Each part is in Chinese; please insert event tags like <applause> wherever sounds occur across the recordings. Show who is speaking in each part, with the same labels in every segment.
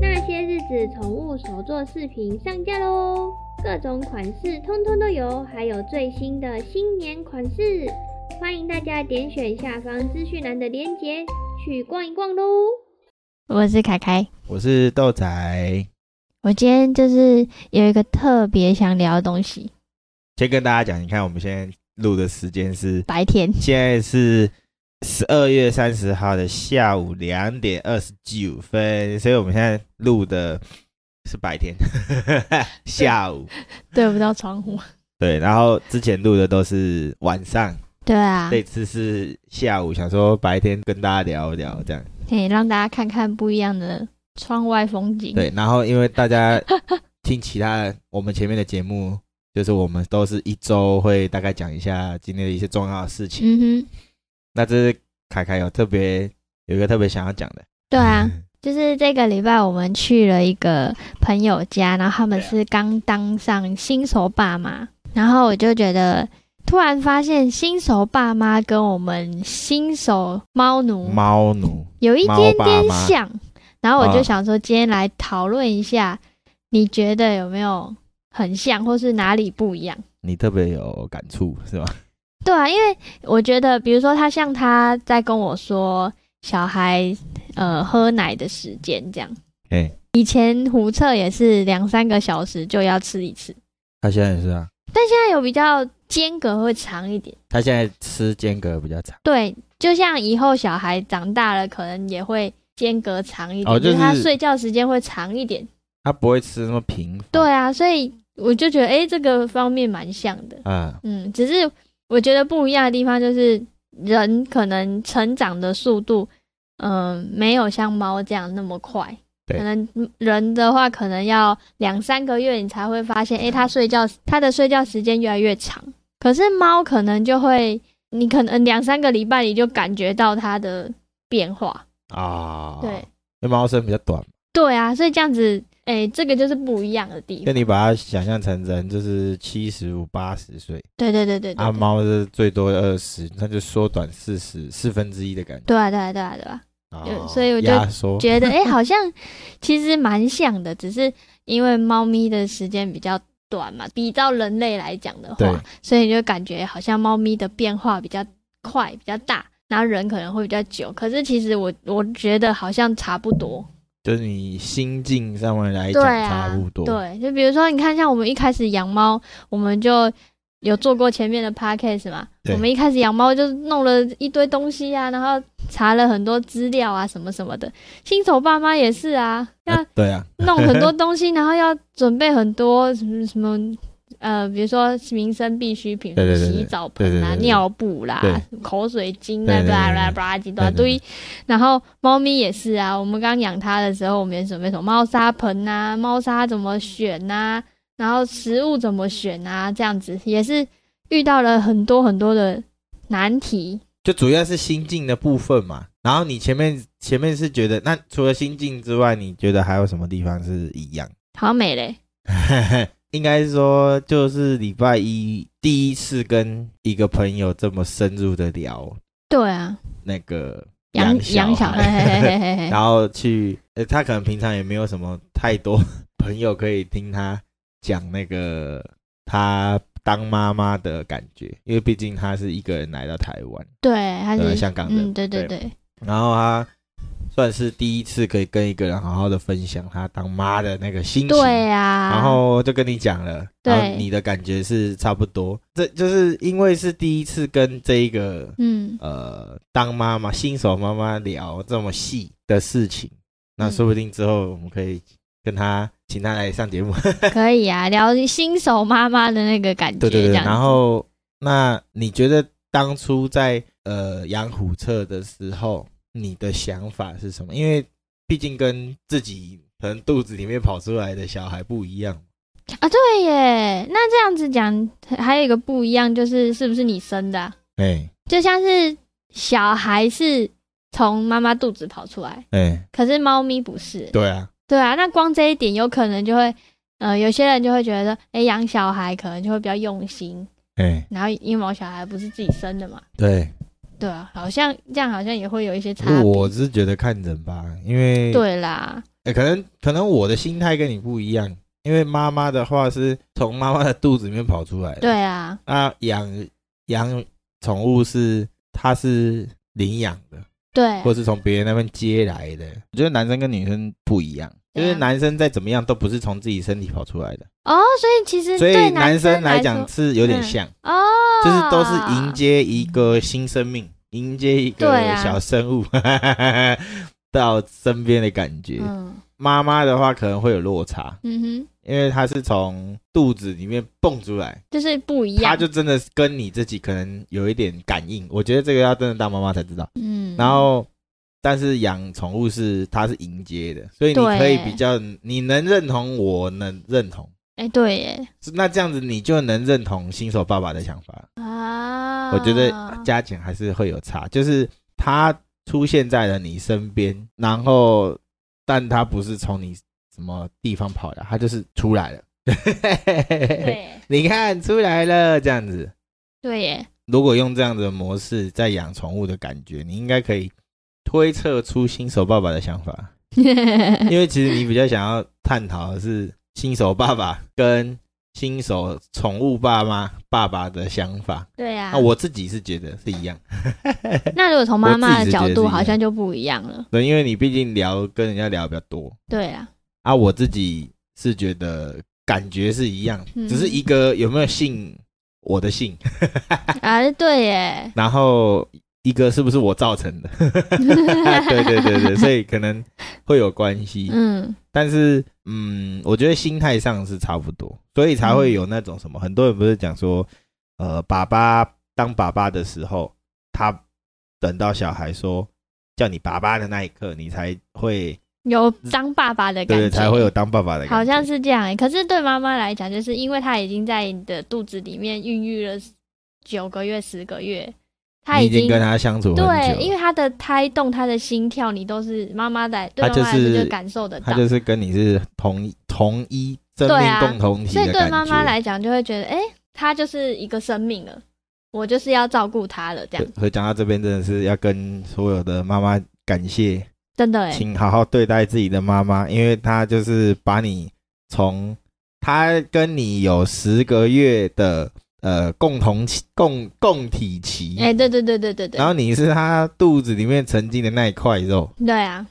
Speaker 1: 那些日子宠物手作视频上架喽，各种款式通通都有，还有最新的新年款式，欢迎大家点选下方资讯栏的链接去逛一逛喽。
Speaker 2: 我是凯凯，
Speaker 3: 我是豆仔。
Speaker 2: 我今天就是有一个特别想聊的东西，
Speaker 3: 先跟大家讲，你看我们现在录的时间是
Speaker 2: 白天
Speaker 3: 现在是十二月三十号的下午两点二十九分，所以我们现在录的是白天， <laughs> 下午
Speaker 2: 对不到
Speaker 1: <laughs>
Speaker 2: 窗户。
Speaker 3: 对。然后之前录的都是晚上，
Speaker 2: 对啊，
Speaker 3: 这次是下午，想说白天跟大家聊一聊这样。
Speaker 2: 可以让大家看看不一样的窗外风景。
Speaker 3: 对，然后因为大家听其他的我们前面的节目，就是我们都是一周会大概讲一下今天的一些重要的事情。
Speaker 2: 嗯哼，
Speaker 3: 那这是凯凯有特别有一个特别想要讲的，嗯
Speaker 2: 对啊，就是这个礼拜我们去了一个朋友家，然后他们
Speaker 3: 啊
Speaker 2: 是刚当上新手爸妈，然后我就觉得突然发现新手爸妈跟我们新手猫奴
Speaker 3: 猫奴，
Speaker 2: 有一点点
Speaker 3: 猫爸妈
Speaker 2: 像，然后我就
Speaker 3: 嗯
Speaker 2: 想说今天来讨论一下，你觉得有没有很像，或是哪里不一样？
Speaker 3: 你特别有感触是吧？
Speaker 2: 对啊，因为我觉得，比如说他像他在跟我说小孩呃喝奶的时间这样，
Speaker 3: 哎，
Speaker 2: 以前胡测也是两三个小时就要吃一次，
Speaker 3: 他现在也是啊，
Speaker 2: 但现在有比较间隔会长一点。
Speaker 3: 他现在吃间隔比较长，
Speaker 2: 对，就像以后小孩长大了，可能也会间隔长一点，
Speaker 3: 哦就是
Speaker 2: 他睡觉时间会长一点。
Speaker 3: 他不会吃那么频繁。
Speaker 2: 对啊，所以我就觉得，诶，这个方面蛮像的。
Speaker 3: 啊，
Speaker 2: 嗯，只是我觉得不一样的地方就是，人可能成长的速度，嗯、没有像猫这样那么快。
Speaker 3: 对
Speaker 2: 可能人的话，可能要两三个月你才会发现，诶，
Speaker 3: 啊
Speaker 2: 它睡觉，它的睡觉时间越来越长。可是猫可能就会，你可能两三个礼拜你就感觉到它的变化。
Speaker 3: 啊，
Speaker 2: 对，
Speaker 3: 因为猫生比较短，
Speaker 2: 对啊，所以这样子，诶，这个就是不一样的地
Speaker 3: 那
Speaker 2: 方。
Speaker 3: 你把它想象成人就是七十五八十岁，
Speaker 2: 对对对对对
Speaker 3: 啊，
Speaker 2: 对
Speaker 3: 猫是最多二十，那就缩短四十四分之一的感觉。
Speaker 2: 对啊对啊对啊对啊。
Speaker 3: 哦
Speaker 2: 所以我就
Speaker 3: 压 <laughs> 缩，
Speaker 2: 觉得哎、诶好像其实蛮像的，只是因为猫咪的时间比较短嘛，比照人类来讲的
Speaker 3: 对
Speaker 2: 话，所以你就感觉好像猫咪的变化比较快、比较大，然后人可能会比较久。可是其实我我觉得好像差不多，
Speaker 3: 就是你心境上面来
Speaker 2: 对
Speaker 3: 讲
Speaker 2: 啊
Speaker 3: 差不，多。
Speaker 2: 对，就比如说你看，像我们一开始养猫，我们就。有做过前面的 podcast 嘛？
Speaker 3: 对
Speaker 2: 我们一开始养猫就弄了一堆东西啊，然后查了很多资料啊，什么什么的。新手爸妈也是啊，要
Speaker 3: 啊对啊，
Speaker 2: 弄很多东西，然后要准备很多什么什么，呃，比如说民生必需品，
Speaker 3: 对对对对
Speaker 2: 洗澡盆
Speaker 3: 对
Speaker 2: 啦、
Speaker 3: 对对对
Speaker 2: 尿布啦
Speaker 3: 对、
Speaker 2: 口水巾
Speaker 3: 对
Speaker 2: 啦、
Speaker 3: 对对
Speaker 2: 巴
Speaker 3: 对
Speaker 2: 拉
Speaker 3: 对
Speaker 2: 巴拉几
Speaker 3: 对
Speaker 2: 大
Speaker 3: 对对
Speaker 2: 堆。然后猫咪也是啊，我们刚养它的时候，我们也准备什么猫砂盆啊、猫砂怎么选呐、然后食物怎么选啊，这样子也是遇到了很多很多的难题。
Speaker 3: 就主要是心境的部分嘛。然后你前面前面是觉得，那除了心境之外，你觉得还有什么地方是一样？ <laughs>
Speaker 2: 好美嘞，
Speaker 3: 应该是说，就是礼拜一第一次跟一个朋友这么深入的聊
Speaker 2: 对啊，
Speaker 3: 那个
Speaker 2: 养小
Speaker 3: 养小
Speaker 2: 孩，嘿嘿嘿
Speaker 3: <laughs>
Speaker 2: 嘿嘿
Speaker 3: 然后去，呃，他可能平常也没有什么太多 <laughs> 朋友可以听他讲那个他当妈妈的感觉，因为毕竟他是一个人来到台湾，
Speaker 2: 对，它
Speaker 3: 呃，
Speaker 2: 是
Speaker 3: 香港人，
Speaker 2: 嗯，对对
Speaker 3: 对
Speaker 2: 对。
Speaker 3: 然后他算是第一次可以跟一个人好好的分享他当妈的那个心情，
Speaker 2: 对啊，
Speaker 3: 然后就跟你讲了，
Speaker 2: 对
Speaker 3: 然后你的感觉是差不多，这就是因为是第一次跟这一个
Speaker 2: 嗯，
Speaker 3: 呃，当妈妈、新手妈妈聊这么细的事情，那
Speaker 2: 嗯
Speaker 3: 说不定之后我们可以跟她，请她来上节目。
Speaker 2: 可以啊，聊新手妈妈的那个感觉，
Speaker 3: 对对对。
Speaker 2: 这样子
Speaker 3: 然后，那你觉得当初在呃养虎彻的时候，你的想法是什么？因为毕竟跟自己可能肚子里面跑出来的小孩不一样。
Speaker 2: 啊，对耶，那这样子讲，还有一个不一样就是，是不是你生的啊、
Speaker 3: 哎
Speaker 2: 就像是小孩是从妈妈肚子跑出来，
Speaker 3: 哎，
Speaker 2: 可是猫咪不是，
Speaker 3: 对啊，
Speaker 2: 对啊，那光这一点有可能就会，呃，有些人就会觉得，哎，养小孩可能就会比较用心，
Speaker 3: 哎
Speaker 2: 然后因为我小孩不是自己生的嘛，
Speaker 3: 对，
Speaker 2: 对啊，好像这样好像也会有一些差
Speaker 3: 我
Speaker 2: 别，
Speaker 3: 是觉得看人吧，因为
Speaker 2: 对啦，
Speaker 3: 欸可能可能我的心态跟你不一样，因为妈妈的话是从妈妈的肚子里面跑出来的。
Speaker 2: 对，啊，
Speaker 3: 那养养宠物是它是领养的，
Speaker 2: 对，啊
Speaker 3: 或是从别人那边接来的。我觉得男生跟女生不一样，就
Speaker 2: 对
Speaker 3: 是
Speaker 2: 啊
Speaker 3: 男生再怎么样都不是从自己身体跑出来的，
Speaker 2: 哦，所以其实
Speaker 3: 所以
Speaker 2: 对
Speaker 3: 男
Speaker 2: 生
Speaker 3: 来
Speaker 2: 说
Speaker 3: 讲是有点
Speaker 2: 嗯
Speaker 3: 像，
Speaker 2: 哦，
Speaker 3: 就是都是迎接一个新生命，迎接一个
Speaker 2: 对啊啊
Speaker 3: 小生物、 <laughs> 到身边的感觉。
Speaker 2: 嗯
Speaker 3: 妈妈的话可能会有落差，
Speaker 2: 嗯哼，
Speaker 3: 因为她是从肚子里面蹦出来，
Speaker 2: 就是不一
Speaker 3: 她
Speaker 2: 样，
Speaker 3: 就真的跟你自己可能有一点感应。我觉得这个要真的当妈妈才知道。
Speaker 2: 嗯，
Speaker 3: 然后，但是养宠物是它是迎接的，所以你
Speaker 2: 对
Speaker 3: 可以比较，你能认同，我能认同，
Speaker 2: 哎，对耶
Speaker 3: 是那这样子你就能认同新手爸爸的想法。
Speaker 2: 啊，
Speaker 3: 我觉得加减还是会有差，就是它出现在了你身边，然后但它不是从你什么地方跑的，它就是出来了。对，
Speaker 2: 对
Speaker 3: <laughs> 你看出来了这样子。
Speaker 2: 对耶， <laughs>
Speaker 3: 如果用这样的模式在养宠物的感觉，你应该可以推测出新手爸爸的想法，
Speaker 2: <laughs>
Speaker 3: 因为其实你比较想要探讨的是新手爸爸跟新手宠物爸妈爸爸的想法。
Speaker 2: 对啊
Speaker 3: 那，我自己是觉得是一样。
Speaker 2: 那如果从妈妈的角度，
Speaker 3: 我自己是觉得是一样
Speaker 2: 好像就不一样了，
Speaker 3: 对，因为你毕竟聊跟人家聊比较多
Speaker 2: 对啊，
Speaker 3: 啊，我自己是觉得感觉是一样，
Speaker 2: 嗯
Speaker 3: 只是一个有没有信我的信，
Speaker 2: 啊，对耶，
Speaker 3: 然后一个是不是我造成的， <laughs> 对对对对，所以可能会有关系，
Speaker 2: 嗯，
Speaker 3: 但是嗯，我觉得心态上是差不多，所以才会有那种什么，很多人不是讲说，呃，爸爸当爸爸的时候，他等到小孩说叫你爸爸的那一刻，你才会。
Speaker 2: 有当爸爸的感
Speaker 3: 对，
Speaker 2: 觉，
Speaker 3: 才会有当爸爸的感觉。
Speaker 2: 好像是这样耶，可是对妈妈来讲，就是因为她已经在你的肚子里面孕育了九个月、十个月，她
Speaker 3: 你已
Speaker 2: 经
Speaker 3: 跟他相处很久了，
Speaker 2: 对，因为她的胎动、她的心跳，你都是妈妈在对
Speaker 3: 她
Speaker 2: 妈妈来
Speaker 3: 就
Speaker 2: 说
Speaker 3: 是
Speaker 2: 就感受得到
Speaker 3: 他，就是跟你是同一同一生
Speaker 2: 对
Speaker 3: 命
Speaker 2: 啊
Speaker 3: 共同体
Speaker 2: 所以
Speaker 3: 的感觉。
Speaker 2: 对妈妈来讲就会觉得，哎、她就是一个生命了，我就是要照顾她了，这样
Speaker 3: 对，所以讲到这边，真的是要跟所有的妈妈感谢，
Speaker 2: 真的哎、
Speaker 3: 请好好对待自己的妈妈，因为她就是把你从她跟你有十个月的呃共同期共共体期，
Speaker 2: 哎、对对对对对
Speaker 3: 然
Speaker 2: 对，
Speaker 3: 后你是她肚子里面曾经的那一块肉，
Speaker 2: 对啊，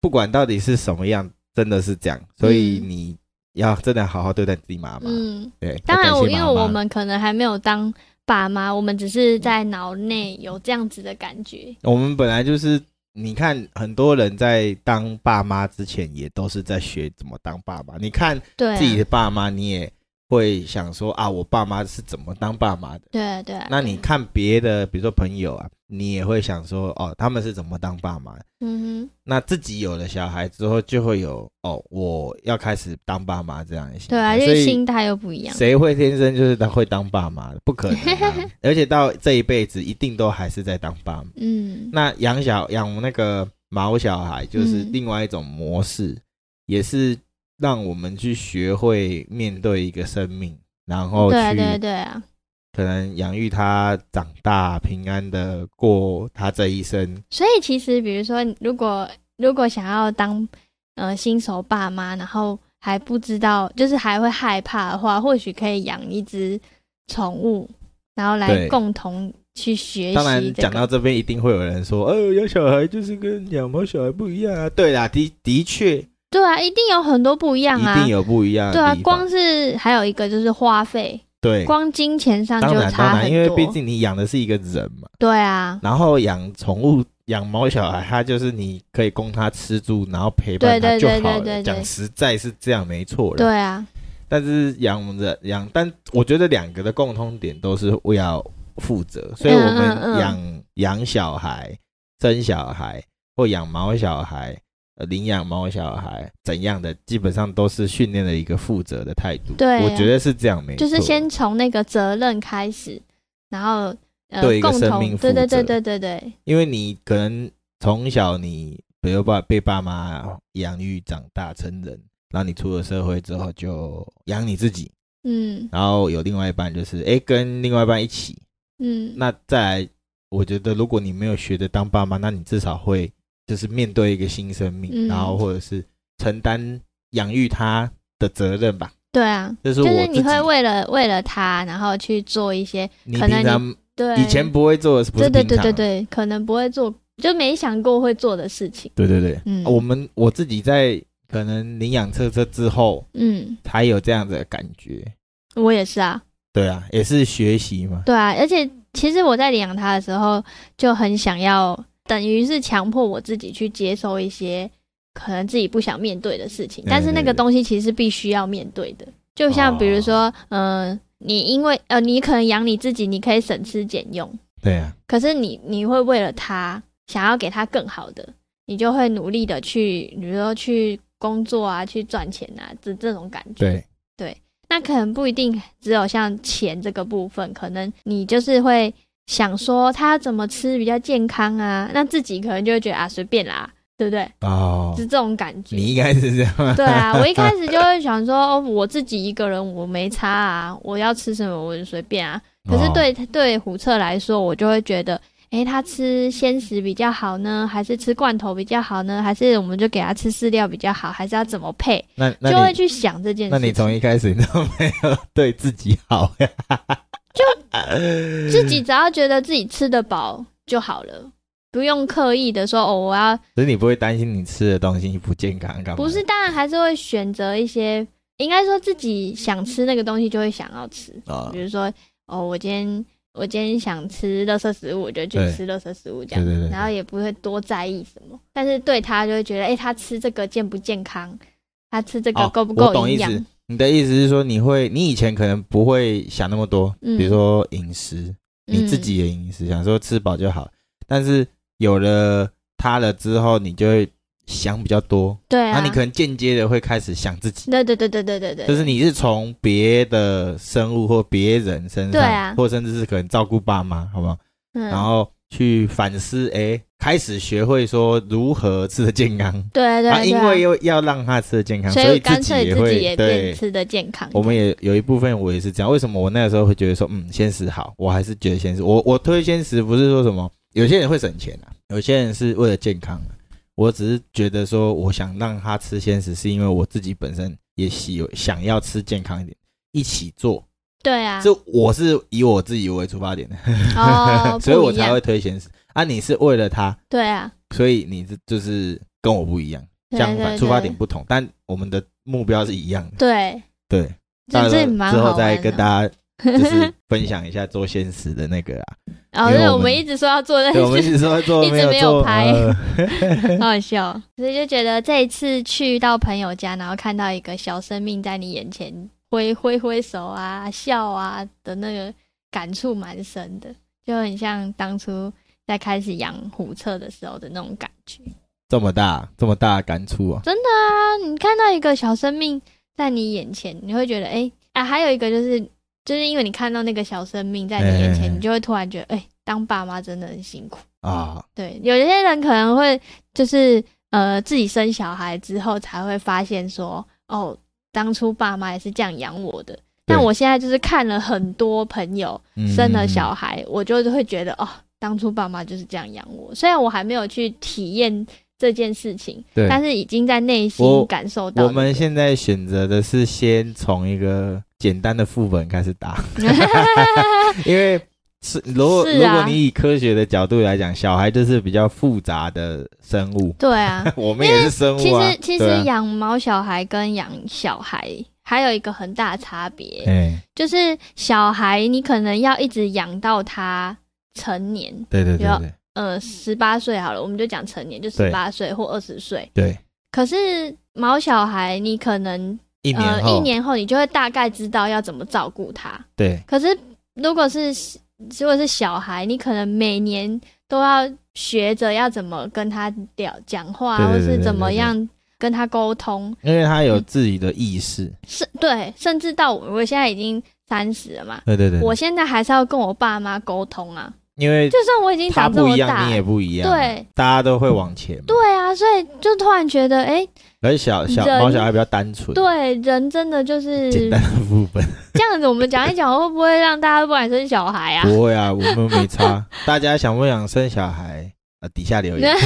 Speaker 3: 不管到底是什么样，真的是这样，所以
Speaker 2: 嗯
Speaker 3: 你要真的好好对待自己妈妈。
Speaker 2: 嗯，
Speaker 3: 对，
Speaker 2: 当然
Speaker 3: 要
Speaker 2: 我
Speaker 3: 感谢
Speaker 2: 因为
Speaker 3: 妈妈
Speaker 2: 我们可能还没有当爸妈，我们只是在脑内有这样子的感觉，
Speaker 3: 我们本来就是，你看很多人在当爸妈之前也都是在学怎么当爸爸。你看
Speaker 2: 对、啊，
Speaker 3: 自己的爸妈，你也会想说啊，我爸妈是怎么当爸妈的？
Speaker 2: 对啊对啊，
Speaker 3: 那你看别的，比如说朋友啊，你也会想说哦，他们是怎么当爸妈的？
Speaker 2: 嗯哼，
Speaker 3: 那自己有了小孩之后，就会有哦，我要开始当爸妈这样的心
Speaker 2: 对啊，
Speaker 3: 态
Speaker 2: 就
Speaker 3: 所
Speaker 2: 是
Speaker 3: 以
Speaker 2: 心态又不一样，
Speaker 3: 谁会天生就是他会当爸妈的？不可能、啊，
Speaker 2: <laughs>
Speaker 3: 而且到这一辈子一定都还是在当爸妈。
Speaker 2: 嗯，
Speaker 3: 那养小养那个毛小孩，就是
Speaker 2: 嗯
Speaker 3: 另外一种模式，也是让我们去学会面对一个生命，然后去
Speaker 2: 对啊对啊对啊，
Speaker 3: 可能养育他长大，平安的过他这一生。
Speaker 2: 所以其实，比如说，如果如果想要当呃新手爸妈，然后还不知道，就是还会害怕的话，或许可以养一只宠物，然后来
Speaker 3: 对
Speaker 2: 共同去学习、这个。
Speaker 3: 当然，讲到这边一定会有人说：“哦，养小孩就是跟养毛小孩不一样啊。”对啦，的的确、
Speaker 2: 对啊，一定有很多不一样
Speaker 3: 一
Speaker 2: 啊
Speaker 3: 定。有不一样的
Speaker 2: 对啊
Speaker 3: 地，方
Speaker 2: 光是还有一个就是花费，
Speaker 3: 对，
Speaker 2: 光金钱上
Speaker 3: 当
Speaker 2: 就
Speaker 3: 然当
Speaker 2: 差
Speaker 3: 然，
Speaker 2: 很
Speaker 3: 因为
Speaker 2: 多。
Speaker 3: 毕竟你养的是一个人嘛。
Speaker 2: 对啊，
Speaker 3: 然后养宠物、养毛小孩，它就是你可以供它吃住，然后陪伴它
Speaker 2: 对对
Speaker 3: 就
Speaker 2: 对
Speaker 3: 好
Speaker 2: 对对对
Speaker 3: 了。讲实在是这样，没错
Speaker 2: 对
Speaker 3: 啦。
Speaker 2: 啊，
Speaker 3: 但是养人养，但我觉得两个的共通点都是为要负责，所
Speaker 2: 嗯
Speaker 3: 以我
Speaker 2: 嗯嗯
Speaker 3: 们养、养小孩、生小孩或养毛小孩、呃领养毛小孩怎样的，基本上都是训练了一个负责的态度。
Speaker 2: 对啊
Speaker 3: 我觉得是这样，没
Speaker 2: 就
Speaker 3: 错。
Speaker 2: 是先从那个责任开始，然后呃，
Speaker 3: 对一个
Speaker 2: 共
Speaker 3: 生
Speaker 2: 同
Speaker 3: 命
Speaker 2: 对对
Speaker 3: 负责
Speaker 2: 对对对对，
Speaker 3: 因为你可能从小你比如爸被爸妈养育长大成人，然后你出了社会之后就养你自己，
Speaker 2: 嗯
Speaker 3: 然后有另外一半就是诶跟另外一半一起。
Speaker 2: 嗯，
Speaker 3: 那再来，我觉得如果你没有学着当爸妈，那你至少会就是面对一个新生命，
Speaker 2: 嗯
Speaker 3: 然后或者是承担养育他的责任吧。
Speaker 2: 对啊，
Speaker 3: 这是
Speaker 2: 就
Speaker 3: 我
Speaker 2: 是你
Speaker 3: 自己
Speaker 2: 会为了为了他，然后去做一些
Speaker 3: 你
Speaker 2: 可能
Speaker 3: 平常
Speaker 2: 对
Speaker 3: 以前不会做的，不
Speaker 2: 对
Speaker 3: 是
Speaker 2: 对
Speaker 3: 平
Speaker 2: 对
Speaker 3: 常
Speaker 2: 对对，可能不会做，就没想过会做的事情。
Speaker 3: 对对对
Speaker 2: 嗯，
Speaker 3: 啊我们我自己在可能领养车车之后，
Speaker 2: 嗯，
Speaker 3: 才有这样子的感觉。
Speaker 2: 我也是啊，
Speaker 3: 对啊，也是学习嘛。
Speaker 2: 对啊，而且其实我在领养他的时候，就很想要，等于是强迫我自己去接受一些可能自己不想面对的事情，
Speaker 3: 对
Speaker 2: 但是那个
Speaker 3: 对对哦
Speaker 2: 东西其实是必须要面对的，就像比如说，嗯、你因为呃，你可能养你自己，你可以省吃俭用，
Speaker 3: 对啊，
Speaker 2: 可是你你会为了他想要给他更好的，你就会努力的去，比如说去工作啊，去赚钱啊，这这种感觉。
Speaker 3: 对
Speaker 2: 那可能不一定只有像钱这个部分，可能你就是会想说他怎么吃比较健康啊，那自己可能就会觉得啊随便啦，对不对？
Speaker 3: 哦
Speaker 2: 是，这种感觉。
Speaker 3: 你应该是这样。
Speaker 2: 对啊，我一开始就会想说，哦，我自己一个人我没差啊，我要吃什么我就随便啊。 <laughs> 可是
Speaker 3: 哦
Speaker 2: 对、对虎彻来说，我就会觉得，诶，他吃鲜食比较好呢，还是吃罐头比较好呢？还是我们就给他吃饲料比较好？还是要怎么配？
Speaker 3: 那
Speaker 2: 就
Speaker 3: 那
Speaker 2: 会
Speaker 3: 你
Speaker 2: 去想这件
Speaker 3: 那你
Speaker 2: 事情。
Speaker 3: 从一开始你都没有对自己好 <laughs> 呀？
Speaker 2: 自己只要觉得自己吃得饱就好了，不用刻意的说哦，我要
Speaker 3: 所以你不会担心你吃的东西不健康干嘛？
Speaker 2: 不是，当然还是会选择一些，应该说自己想吃那个东西就会想要吃。
Speaker 3: 啊，
Speaker 2: 比如说，哦，我今天我今天想吃垃圾食物，我就去
Speaker 3: 对
Speaker 2: 吃垃圾食物这样，
Speaker 3: 对对对，
Speaker 2: 然后也不会多在意什么。但是对他就会觉得，哎、他吃这个健不健康？他吃这个
Speaker 3: 哦
Speaker 2: 够不
Speaker 3: 我
Speaker 2: 够
Speaker 3: 懂
Speaker 2: 营
Speaker 3: 意
Speaker 2: 养？
Speaker 3: 思。你的意思是说，你会，你以前可能不会想那么多，
Speaker 2: 嗯
Speaker 3: 比如说饮食，你自己的饮食，想说吃饱就好。但是有了它了之后，你就会想比较多，
Speaker 2: 对
Speaker 3: 那
Speaker 2: 啊，
Speaker 3: 你可能间接的会开始想自己，
Speaker 2: 对对对对对对对，
Speaker 3: 就是你是从别的生物或别人身上，
Speaker 2: 对啊
Speaker 3: 或甚至是可能照顾爸妈，好不好？
Speaker 2: 嗯
Speaker 3: 然后去反思，哎、开始学会说如何吃的健康。
Speaker 2: 对对对、
Speaker 3: 啊，因为又要让他吃的健康，
Speaker 2: 所
Speaker 3: 以
Speaker 2: 干
Speaker 3: 自己
Speaker 2: 脆自
Speaker 3: 会
Speaker 2: 己也变
Speaker 3: 对。
Speaker 2: 吃的健康。
Speaker 3: 我们也有一部分我也是这样，为什么我那个时候会觉得说，嗯，鲜食好，我还是觉得鲜食。我我推鲜食不是说什么，有些人会省钱啊，有些人是为了健康、啊。我只是觉得说，我想让他吃鲜食，是因为我自己本身也喜想要吃健康一点，一起做。
Speaker 2: 对啊，
Speaker 3: 这我是以我自己为出发点的，，
Speaker 2: 哦
Speaker 3: <laughs> 所以
Speaker 2: 不
Speaker 3: 我
Speaker 2: 一
Speaker 3: 才
Speaker 2: 样
Speaker 3: 会推鲜食。啊，你是为了他，
Speaker 2: 对啊，
Speaker 3: 所以你这就是跟我不一样。
Speaker 2: 对
Speaker 3: 想
Speaker 2: 对
Speaker 3: 法
Speaker 2: 对
Speaker 3: 出发点不同，但我们的目标是一样的。
Speaker 2: 对，
Speaker 3: 对，
Speaker 2: 这
Speaker 3: 到
Speaker 2: 这
Speaker 3: 了
Speaker 2: 蛮
Speaker 3: 之
Speaker 2: 好
Speaker 3: 后再
Speaker 2: 玩
Speaker 3: 跟
Speaker 2: 的。
Speaker 3: 大家
Speaker 2: <laughs>
Speaker 3: 就是分享一下做现实的那个啊。
Speaker 2: 哦，
Speaker 3: 因为
Speaker 2: 对，
Speaker 3: 我
Speaker 2: 我们
Speaker 3: 们
Speaker 2: 一直说要做那
Speaker 3: 对，我们一
Speaker 2: 件事，
Speaker 3: 直说做
Speaker 2: 一直
Speaker 3: 有
Speaker 2: 没有
Speaker 3: 做
Speaker 2: 拍
Speaker 3: 呃
Speaker 2: 好好笑。所以就觉得这一次去到朋友家，然后看到一个小生命在你眼前挥挥挥手啊、笑啊的那个感触蛮深的，就很像当初在开始养虎彻的时候的那种感觉。
Speaker 3: 这么大这么大的感触啊。
Speaker 2: 真的啊，你看到一个小生命在你眼前，你会觉得哎、啊，还有一个就是就是因为你看到那个小生命在你眼前，
Speaker 3: 哎
Speaker 2: 你就会突然觉得哎、当爸妈真的很辛苦。
Speaker 3: 啊，
Speaker 2: 对，有些人可能会就是呃自己生小孩之后才会发现说哦，当初爸妈也是这样养我的。但我现在就是看了很多朋友
Speaker 3: 嗯
Speaker 2: 生了小孩，我就会觉得哦，当初爸妈就是这样养我。虽然我还没有去体验这件事情，
Speaker 3: 对，
Speaker 2: 但是已经在内心
Speaker 3: 我
Speaker 2: 感受到
Speaker 3: 嗯我
Speaker 2: 了。
Speaker 3: 们现在选择的是先从一个简单的副本开始打， <laughs> 因为是如果、
Speaker 2: 是
Speaker 3: 如
Speaker 2: 啊。
Speaker 3: 果你以科学的角度来讲，小孩就是比较复杂的生物
Speaker 2: <laughs>
Speaker 3: <laughs>
Speaker 2: 对啊，
Speaker 3: 我们也是生
Speaker 2: 其
Speaker 3: 物啊，
Speaker 2: 实其
Speaker 3: 对
Speaker 2: 实
Speaker 3: 啊
Speaker 2: 养毛小孩跟养小孩还有一个很大的差别，
Speaker 3: 哎、
Speaker 2: 就是小孩你可能要一直养到他成年，
Speaker 3: 对对对
Speaker 2: 有
Speaker 3: 对
Speaker 2: 呃，十八岁好了，我们就讲成年，就十
Speaker 3: 嗯对
Speaker 2: 八岁或二十岁。
Speaker 3: 对，
Speaker 2: 可是毛小孩你可能
Speaker 3: 一
Speaker 2: 呃
Speaker 3: 年后，
Speaker 2: 一年后你就会大概知道要怎么照顾他，
Speaker 3: 对
Speaker 2: 可是如果是如果是小孩，你可能每年都要学着要怎么跟他聊讲话，
Speaker 3: 对
Speaker 2: 或
Speaker 3: 对对
Speaker 2: 是
Speaker 3: 对
Speaker 2: 怎么
Speaker 3: 对对
Speaker 2: 样跟他沟通，
Speaker 3: 因为他有
Speaker 2: 嗯
Speaker 3: 自己的意识，
Speaker 2: 是对，甚至到我我现在已经三十了嘛，
Speaker 3: 对对对，
Speaker 2: 我现在还是要跟我爸妈沟通啊，
Speaker 3: 因为
Speaker 2: 就算我已经
Speaker 3: 他
Speaker 2: 长这
Speaker 3: 不
Speaker 2: 么
Speaker 3: 一
Speaker 2: 大
Speaker 3: 样，你，也不一样，，啊
Speaker 2: 对
Speaker 3: 大家都会往前嘛。
Speaker 2: 对啊，所以就突然觉得，哎，
Speaker 3: 而且小小
Speaker 2: 人
Speaker 3: 猫小孩比较单纯，，
Speaker 2: 对，人真的就是
Speaker 3: 简单的部分
Speaker 2: <laughs> 这样子，我们讲一讲，会不会让大家不敢生小孩啊？
Speaker 3: 不会啊，我们没差。大家想不想生小孩？呃底下
Speaker 2: <laughs>
Speaker 3: 留言，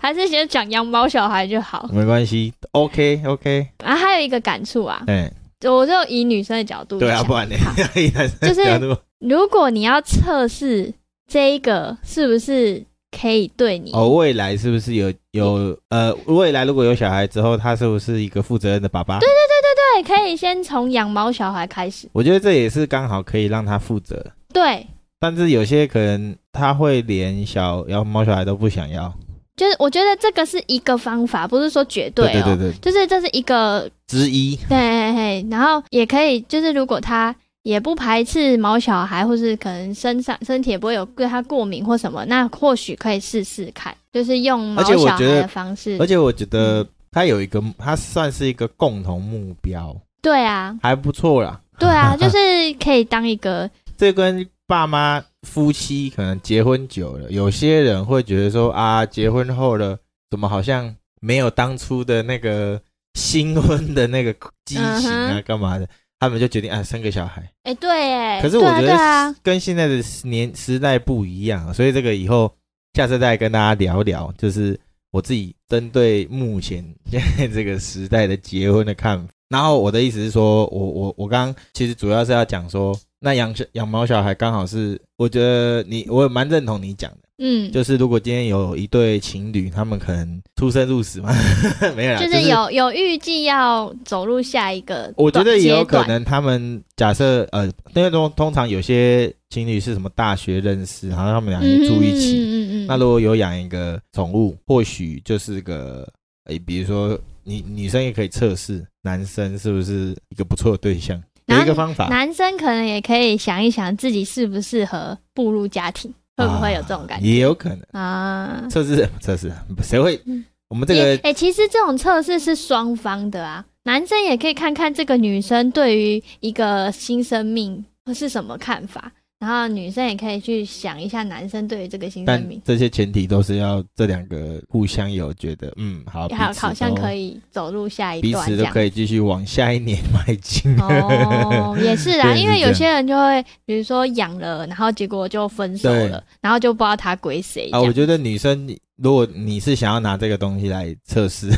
Speaker 2: 还是先讲养猫小孩就好
Speaker 3: 没关系，OK
Speaker 2: <laughs>
Speaker 3: OK，
Speaker 2: 啊。还有一个感触啊，
Speaker 3: 哎，
Speaker 2: 我就以女生的角度
Speaker 3: 对啊，
Speaker 2: 讲
Speaker 3: 不
Speaker 2: <laughs>
Speaker 3: 然呢啊
Speaker 2: 好？
Speaker 3: 就是 <laughs>
Speaker 2: 如果你要测试这一个是不是可以对你，
Speaker 3: 哦，未来是不是有有呃，未来如果有小孩之后，他是不是一个负责任的爸爸？对对，
Speaker 2: 对，可以先从养猫小孩开始。
Speaker 3: 我觉得这也是刚好可以让他负责，
Speaker 2: 对，
Speaker 3: 但是有些可能他会连小养猫小孩都不想要。
Speaker 2: 就是我觉得这个是一个方法，不是说绝对哦，
Speaker 3: 对对对对，
Speaker 2: 就是这是一个
Speaker 3: 之一。
Speaker 2: 对对对，对然后也可以，就是如果他也不排斥毛小孩，或是可能身上身体也不会有对他过敏或什么，那或许可以试试看，就是用毛
Speaker 3: 而且我
Speaker 2: 小孩
Speaker 3: 觉得
Speaker 2: 的方式
Speaker 3: 而。且我觉得
Speaker 2: 嗯
Speaker 3: 他有一个，他算是一个共同目标，
Speaker 2: 对啊，
Speaker 3: 还不错啦。
Speaker 2: 对
Speaker 3: <laughs>
Speaker 2: 啊，就是可以当一个
Speaker 3: 这跟爸妈夫妻可能结婚久了，有些人会觉得说啊，结婚后了怎么好像没有当初的那个新婚的那个激情啊，
Speaker 2: 嗯
Speaker 3: 干嘛的？他们就决定啊，生个小孩。
Speaker 2: 哎、对哎，
Speaker 3: 可是我觉
Speaker 2: 对啊对啊
Speaker 3: 得跟现在的年时代不一样，所以这个以后下次再跟大家聊聊，就是我自己针对目前现在这个时代的结婚的看法。然后我的意思是说，我我我刚刚其实主要是要讲说，那养小养毛小孩刚好是，我觉得你我也蛮认同你讲的，
Speaker 2: 嗯，就
Speaker 3: 就是如果今天有一对情侣，他们可能出生入死嘛， <laughs> 没有啦，
Speaker 2: 是有有预计要走入下一个
Speaker 3: 我觉得
Speaker 2: 段
Speaker 3: 也有
Speaker 2: 阶段
Speaker 3: 可能，他们假设呃，因为通通常有些情侣是什么大学认识，然后他们俩啊也住一起。
Speaker 2: 嗯嗯嗯嗯，
Speaker 3: 那如果有养一个宠物，或许就是个诶、比如说你女生也可以测试男生是不是一个不错的对象，
Speaker 2: 然
Speaker 3: 有
Speaker 2: 后
Speaker 3: 一个方法。
Speaker 2: 男生可能也可以想一想自己适不适合步入家庭，会不会有这种感觉
Speaker 3: 啊也有可能
Speaker 2: 啊？
Speaker 3: 测试测试，谁会
Speaker 2: 嗯？
Speaker 3: 我们这
Speaker 2: 也
Speaker 3: 个
Speaker 2: 哎、其实这种测试是双方的啊，男生也可以看看这个女生对于一个新生命是什么看法，然后女生也可以去想一下男生对于这个新
Speaker 3: 但
Speaker 2: 生命，
Speaker 3: 这些前提都是要这两个互相有觉得嗯好，
Speaker 2: 好
Speaker 3: 彼此
Speaker 2: 好像
Speaker 3: 都
Speaker 2: 可以走入下一
Speaker 3: 彼
Speaker 2: 段
Speaker 3: 此
Speaker 2: 这
Speaker 3: 都
Speaker 2: 样。
Speaker 3: 可以继续往下一年迈进。 <laughs>
Speaker 2: 哦，也是啦，
Speaker 3: 对是
Speaker 2: 因为有
Speaker 3: 这样
Speaker 2: 些人就会，比如说养了，然后结果就分手
Speaker 3: 对
Speaker 2: 了，然后就不知道他归谁这
Speaker 3: 啊，
Speaker 2: 样。
Speaker 3: 我觉得女生，你如果你是想要拿这个东西来
Speaker 2: <laughs>
Speaker 3: 测试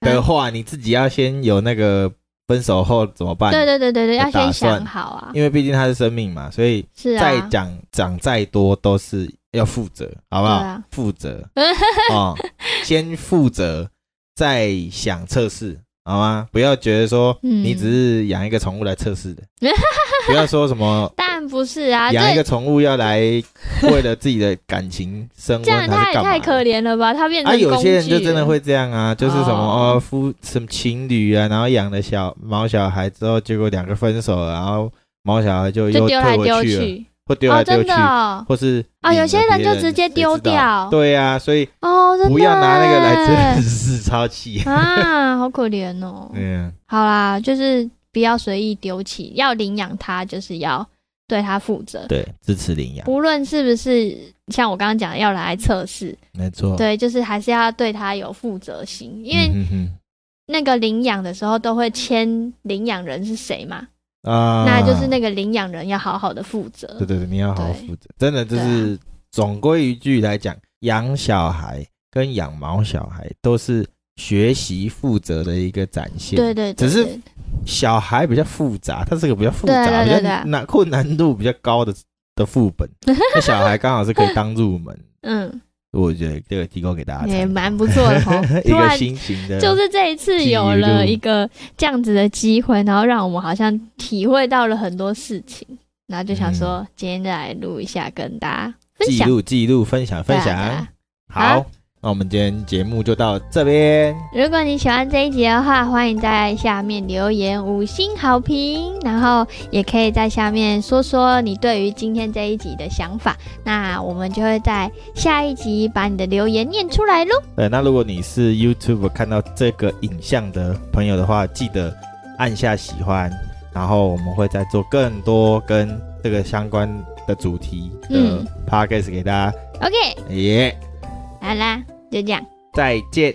Speaker 3: 的话，你自己要先有那个分手后怎么办？
Speaker 2: 对对对对对，
Speaker 3: 的
Speaker 2: 要先
Speaker 3: 打
Speaker 2: 想
Speaker 3: 算
Speaker 2: 好啊。
Speaker 3: 因为毕竟它是生命嘛，所以
Speaker 2: 是啊，
Speaker 3: 再讲、讲再多都是要负责，好不好？
Speaker 2: 对啊 <laughs>
Speaker 3: 负责哦，先负责，再想测试，好吗？不要觉得说
Speaker 2: 嗯
Speaker 3: 你只是养一个宠物来测
Speaker 2: <laughs>
Speaker 3: 试的，不要说什么
Speaker 2: 但不是啊，
Speaker 3: 养一
Speaker 2: 这
Speaker 3: 个宠物要来为了自己的感情升
Speaker 2: 这样
Speaker 3: 温，还
Speaker 2: 他
Speaker 3: 是
Speaker 2: 也
Speaker 3: 干嘛
Speaker 2: 太
Speaker 3: 的？
Speaker 2: 可怜了吧？他变成
Speaker 3: 啊，有
Speaker 2: 工
Speaker 3: 些人就
Speaker 2: 具
Speaker 3: 真的
Speaker 2: 了
Speaker 3: 会这样啊，就是什么
Speaker 2: 哦
Speaker 3: 哦夫什么情侣啊，然后养了小毛小孩之后，结果两个分手了，然后毛小孩就
Speaker 2: 就
Speaker 3: 又
Speaker 2: 丢来
Speaker 3: 退
Speaker 2: 丢
Speaker 3: 回去了，
Speaker 2: 去，
Speaker 3: 或丢
Speaker 2: 哦，
Speaker 3: 来丢
Speaker 2: 真
Speaker 3: 去，
Speaker 2: 的哦，
Speaker 3: 或是
Speaker 2: 哦有些
Speaker 3: 领了
Speaker 2: 人
Speaker 3: 别
Speaker 2: 就直接
Speaker 3: 谁知
Speaker 2: 丢
Speaker 3: 道
Speaker 2: 掉
Speaker 3: 对啊，所以
Speaker 2: 哦，真的
Speaker 3: 不要拿那个来
Speaker 2: 耶
Speaker 3: 真是超气。
Speaker 2: <laughs> 啊，好可怜哦。
Speaker 3: <laughs> 嗯，
Speaker 2: 好啦，就是不要随意丢弃，要领养它，就是要对它负责。
Speaker 3: 对，支持领养，
Speaker 2: 无论是不是像我刚刚讲的要来测试，
Speaker 3: 没错。
Speaker 2: 对，就是还是要对它有负责心，因为
Speaker 3: 哦嗯哼
Speaker 2: 那个领养的时候都会签领养人是谁嘛，
Speaker 3: 哼啊，
Speaker 2: 那就是那个领养人要好好的负责。
Speaker 3: 对对对，你要好好
Speaker 2: 对
Speaker 3: 负责。真的就
Speaker 2: 对啊
Speaker 3: 是总归一句来讲，养小孩跟养毛小孩都是学习负责的一个展现。
Speaker 2: 对对对，
Speaker 3: 只是
Speaker 2: 对
Speaker 3: 小孩比较复杂，它是个比较复
Speaker 2: 对
Speaker 3: 杂、
Speaker 2: 对
Speaker 3: 比
Speaker 2: 对
Speaker 3: 较
Speaker 2: 对
Speaker 3: 难困难度比较高的的副
Speaker 2: <laughs>
Speaker 3: 本。那小孩刚好是可以当入门，
Speaker 2: 嗯，
Speaker 3: 我觉得这个提供给大家
Speaker 2: 也
Speaker 3: 参考
Speaker 2: 蛮不错
Speaker 3: <laughs>
Speaker 2: 的哦
Speaker 3: 啊。一
Speaker 2: 突
Speaker 3: 个
Speaker 2: 然
Speaker 3: 新型的，
Speaker 2: 就是这一次有了一个这样子的机会，然后让我们好像体会到了很多事情，然后就想说今天再来录一下，跟大家分
Speaker 3: 嗯记
Speaker 2: 享
Speaker 3: 录记录分享分
Speaker 2: 对啊
Speaker 3: 享。
Speaker 2: 对啊
Speaker 3: 好，那我们今天节目就到这边，
Speaker 2: 如果你喜欢这一集的话，欢迎在下面留言五星好评，然后也可以在下面说说你对于今天这一集的想法，那我们就会在下一集把你的留言念出来喽。
Speaker 3: 对，呃那如果你是 YouTube 看到这个影像的朋友的话，记得按下喜欢，然后我们会再做更多跟这个相关的主题的
Speaker 2: 嗯
Speaker 3: Podcast 给大家。
Speaker 2: OK，
Speaker 3: 耶、
Speaker 2: 好啦，就这样，
Speaker 3: 再见，